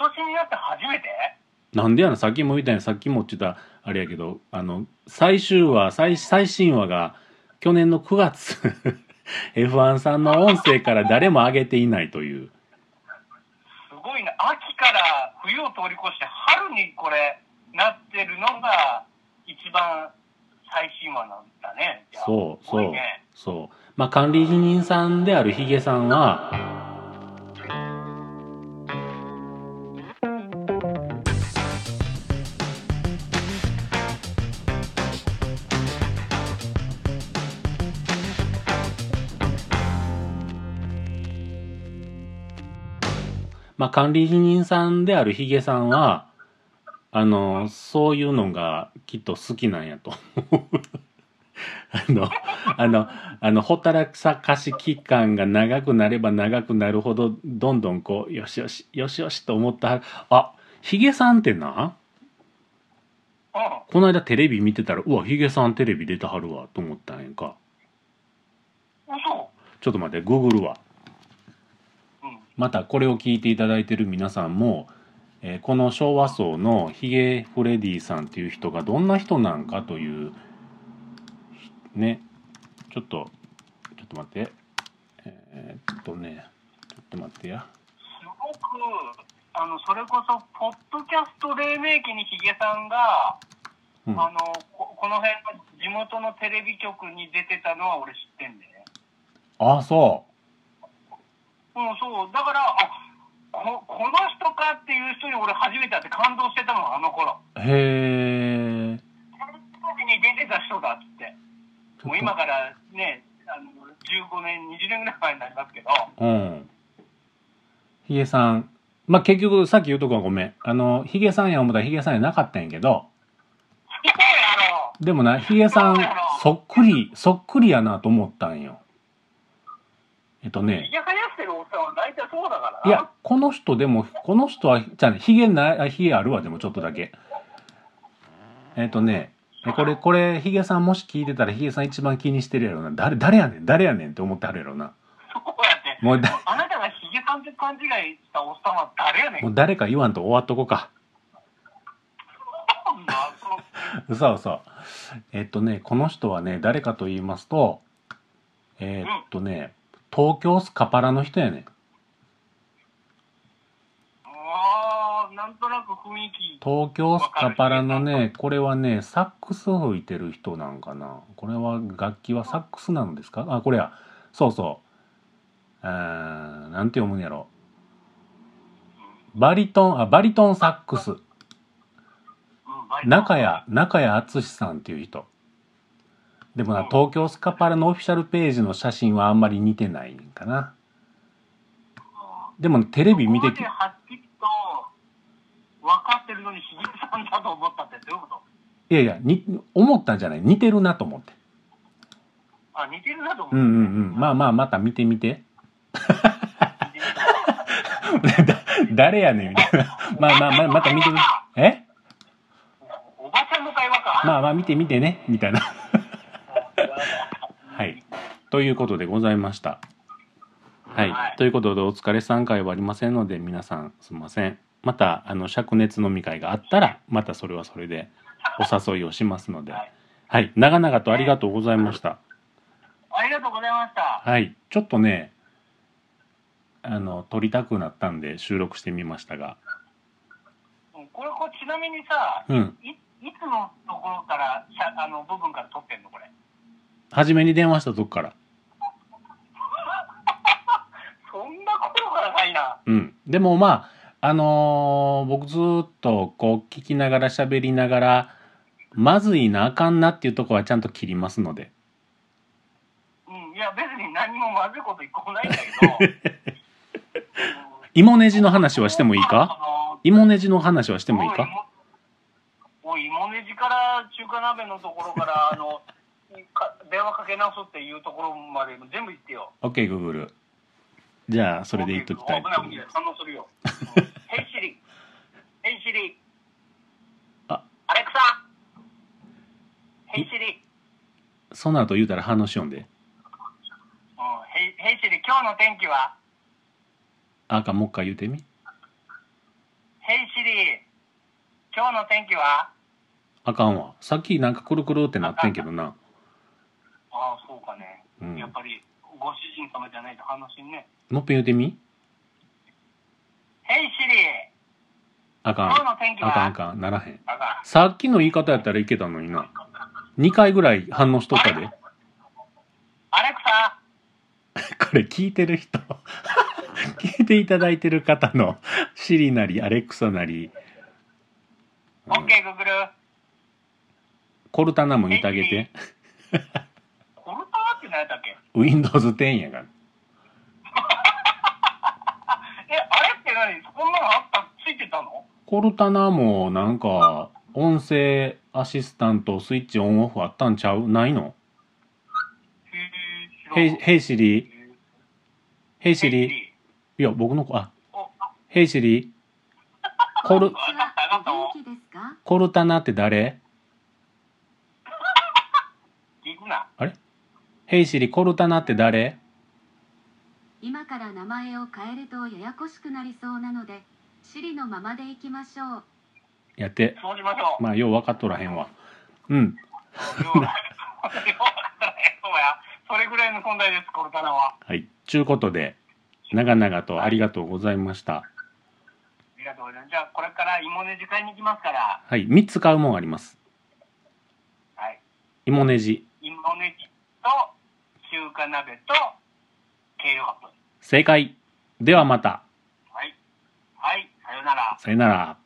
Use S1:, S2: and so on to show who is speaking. S1: なって初めて
S2: なんでやなさっきも言ったようにさっきも言ってたあれやけどあの最終話最最新話が去年の9月 F1 さんの音声から誰も上げていないという
S1: すごいな。秋から冬を通り越して春にこれ、なってるのが一番最新話なんだね。じゃあ
S2: そう
S1: すご
S2: そ
S1: いうね。
S2: そうまあ管理人さんであるヒゲさんはまあ、管理人さんであるヒゲさんは、あの、そういうのがきっと好きなんやと思う。あの、あの、あの、ほたらかし期間が長くなれば長くなるほど、どんどんこう、よしよし、よしよしと思ったはる。あ、ヒゲさんってな、
S1: うん。
S2: この間テレビ見てたら、うわ、ヒゲさんテレビ出てはるわ、と思ったんやんか。
S1: 嘘
S2: ちょっと待って、グーグルは。
S1: うん。
S2: またこれを聞いていただいている皆さんも、えーこの昭和層のヒゲフレディさんという人がどんな人なんかというねちょっとちょっと待ってえーっとねちょっと待ってや
S1: すごく、あの、それこそ、ポッドキャスト黎明期にヒゲさんが、
S2: うん
S1: あのこ、この辺の地元のテレビ局に出てたのは俺知ってんだよね。
S2: ああそ
S1: うん、そう。だから、あここの人かっていう人に俺初めて会って感動してたの、あの頃。
S2: うへえ
S1: この時に出てた人だっつって。もう今からね、あの15年、20年ぐらい前になりますけど、
S2: うんヒゲさんまあ結局さっき言うとこはごめんあのヒゲさんや思ったらヒゲさんやなかったんやけど
S1: いやあの、
S2: でもな、ヒゲさん、そっくり、そっくりやなと思ったんよ。えっと
S1: ひ
S2: ね、
S1: げ生やしてるおっさんは大体そうだから。
S2: いや、この人でも、この人は、じゃあね、ヒゲない、あヒゲあるわ、でもちょっとだけ。えっとね、えこれ、これ、ヒゲさんもし聞いてたら、ヒゲさん一番気にしてるやろな。誰、誰やねん、誰やねんって思ってはるやろな。
S1: そうやって。
S2: もうだ
S1: あなたがヒゲさんって勘違いしたおっさんは誰やねん。
S2: もう誰か言わんと終わっとこか。
S1: そんなその
S2: 嘘嘘。えっとね、この人はね、誰かと言いますと、えっとね、東京スカパラの人やねん。
S1: あーなんとなく雰囲気。
S2: 東京スカパラのねこれはねサックス吹いてる人なんかなこれは楽器はサックスなのですかあこれやそうそうあーなんて読むんやろバリトンあバリトンサックス
S1: うん、バイト
S2: 中谷中谷敦さんっていう人でもな東京スカパラのオフィシャルページの写真はあんまり似てないんかなでもテレビ見て
S1: ここ
S2: き
S1: まではっきりと分かってるのにヒゲさんだと思ったってどういうこと
S2: いやいやに思ったんじゃない似てるなと思って
S1: あ、似てるなと思った
S2: うんうんうんまあまあまた見てみて だ誰やねんみたいな。 まあまあまあ、また見てみえ
S1: おばちゃんの会話か。
S2: まあまあ見て見てね、みたいな。 はい。ということでございました。はい。
S1: はい
S2: ということでお疲れさん会はありませんので、皆さんすいません。また、あの、灼熱飲み会があったら、またそれはそれでお誘いをしますので。
S1: はい
S2: はい。長々とありがとうございました。
S1: ありがとうございました。
S2: はい。ちょっとね、あの、撮りたくなったんで収録してみましたが。
S1: うんこれこうちなみにさ、
S2: うん。
S1: いいつのところからしゃあの部分から撮ってんのこれ。
S2: 初めに電話したとこから。
S1: そんな頃からないな。
S2: うん、でもまああのー僕ずーっとこう聞きながら喋りながらまずいなあかんなっていうとこはちゃんと切りますので
S1: うん、いや別に何もまずいこと一個もないんだけど。
S2: 芋ネジの 話はしてもいいか芋ネジの話はして
S1: で
S2: もいいか
S1: もう芋ねじから中華鍋のところから、あの、か電話かけ直すっていうところまで全部言ってよ。
S2: OK グーグルじゃあそれで言っときたいと思います
S1: す。反応する よ。ヘイシリ。ヘイシリ。
S2: あ
S1: アレクサ。ヘイシリ。
S2: その後言うたら反応しよんで
S1: うん、ヘイヘイシリ、今日の天気は
S2: あかんもう一回言うてみ
S1: ヘイシ今日の天気は
S2: あかんわ。さっきなんかくるくるってなってんけどな。
S1: ああ、そうかね。
S2: うん
S1: やっぱり、ご主人様じゃないと話にね。
S2: もっぺん言うてみ
S1: ヘイシリ
S2: あかん。
S1: 今日
S2: あ
S1: の天気は
S2: かんあかん。ならへん。
S1: あか
S2: さっきの言い方やったらいけたのにな。2回ぐらい反応しとったで。
S1: アレクサ
S2: これ聞いてる人、 聞いていただいてる方の、シリなり、アレックサなり、うん
S1: オッケーグーグル
S2: コルタナも似てあげて。
S1: コルターって何やったっけ
S2: Windows 10やから。
S1: え、あれって何こんなのあったついてたの
S2: コルタナもなんか、音声アシスタントスイッチオンオフあったんちゃうないの
S1: へえ、知らん
S2: ヘイ、ヘイシリ
S1: へー
S2: ヘイシ
S1: ヘイ
S2: リいや、僕の子、あ、
S1: お、あ、
S2: ヘイシリコル
S3: こんに、ちはお元気ですか
S2: コルタナって誰
S1: 聞くな。
S2: ヘイシリコルタナって誰
S3: 今から名前を変えるとややこしくなりそうなのでシリのままでいきましょう
S2: やって。
S1: そうしましょう。
S2: まあ、よう分かっとらへんわ。うん。
S1: 要は要はそうや。それぐらいの存在です、コルタナは。
S2: はい。ちゅうことで、長々とありがとうございました。
S1: ありがとうございます。じゃあ、これから芋ね時間に行きますから、
S2: はい。3つ買うもんあります。
S1: はい。
S2: 芋ネジ。
S1: 芋ねじと、中華鍋と、計量カップ。
S2: 正解。ではまた。
S1: はい。はい。さようなら。
S2: さよなら。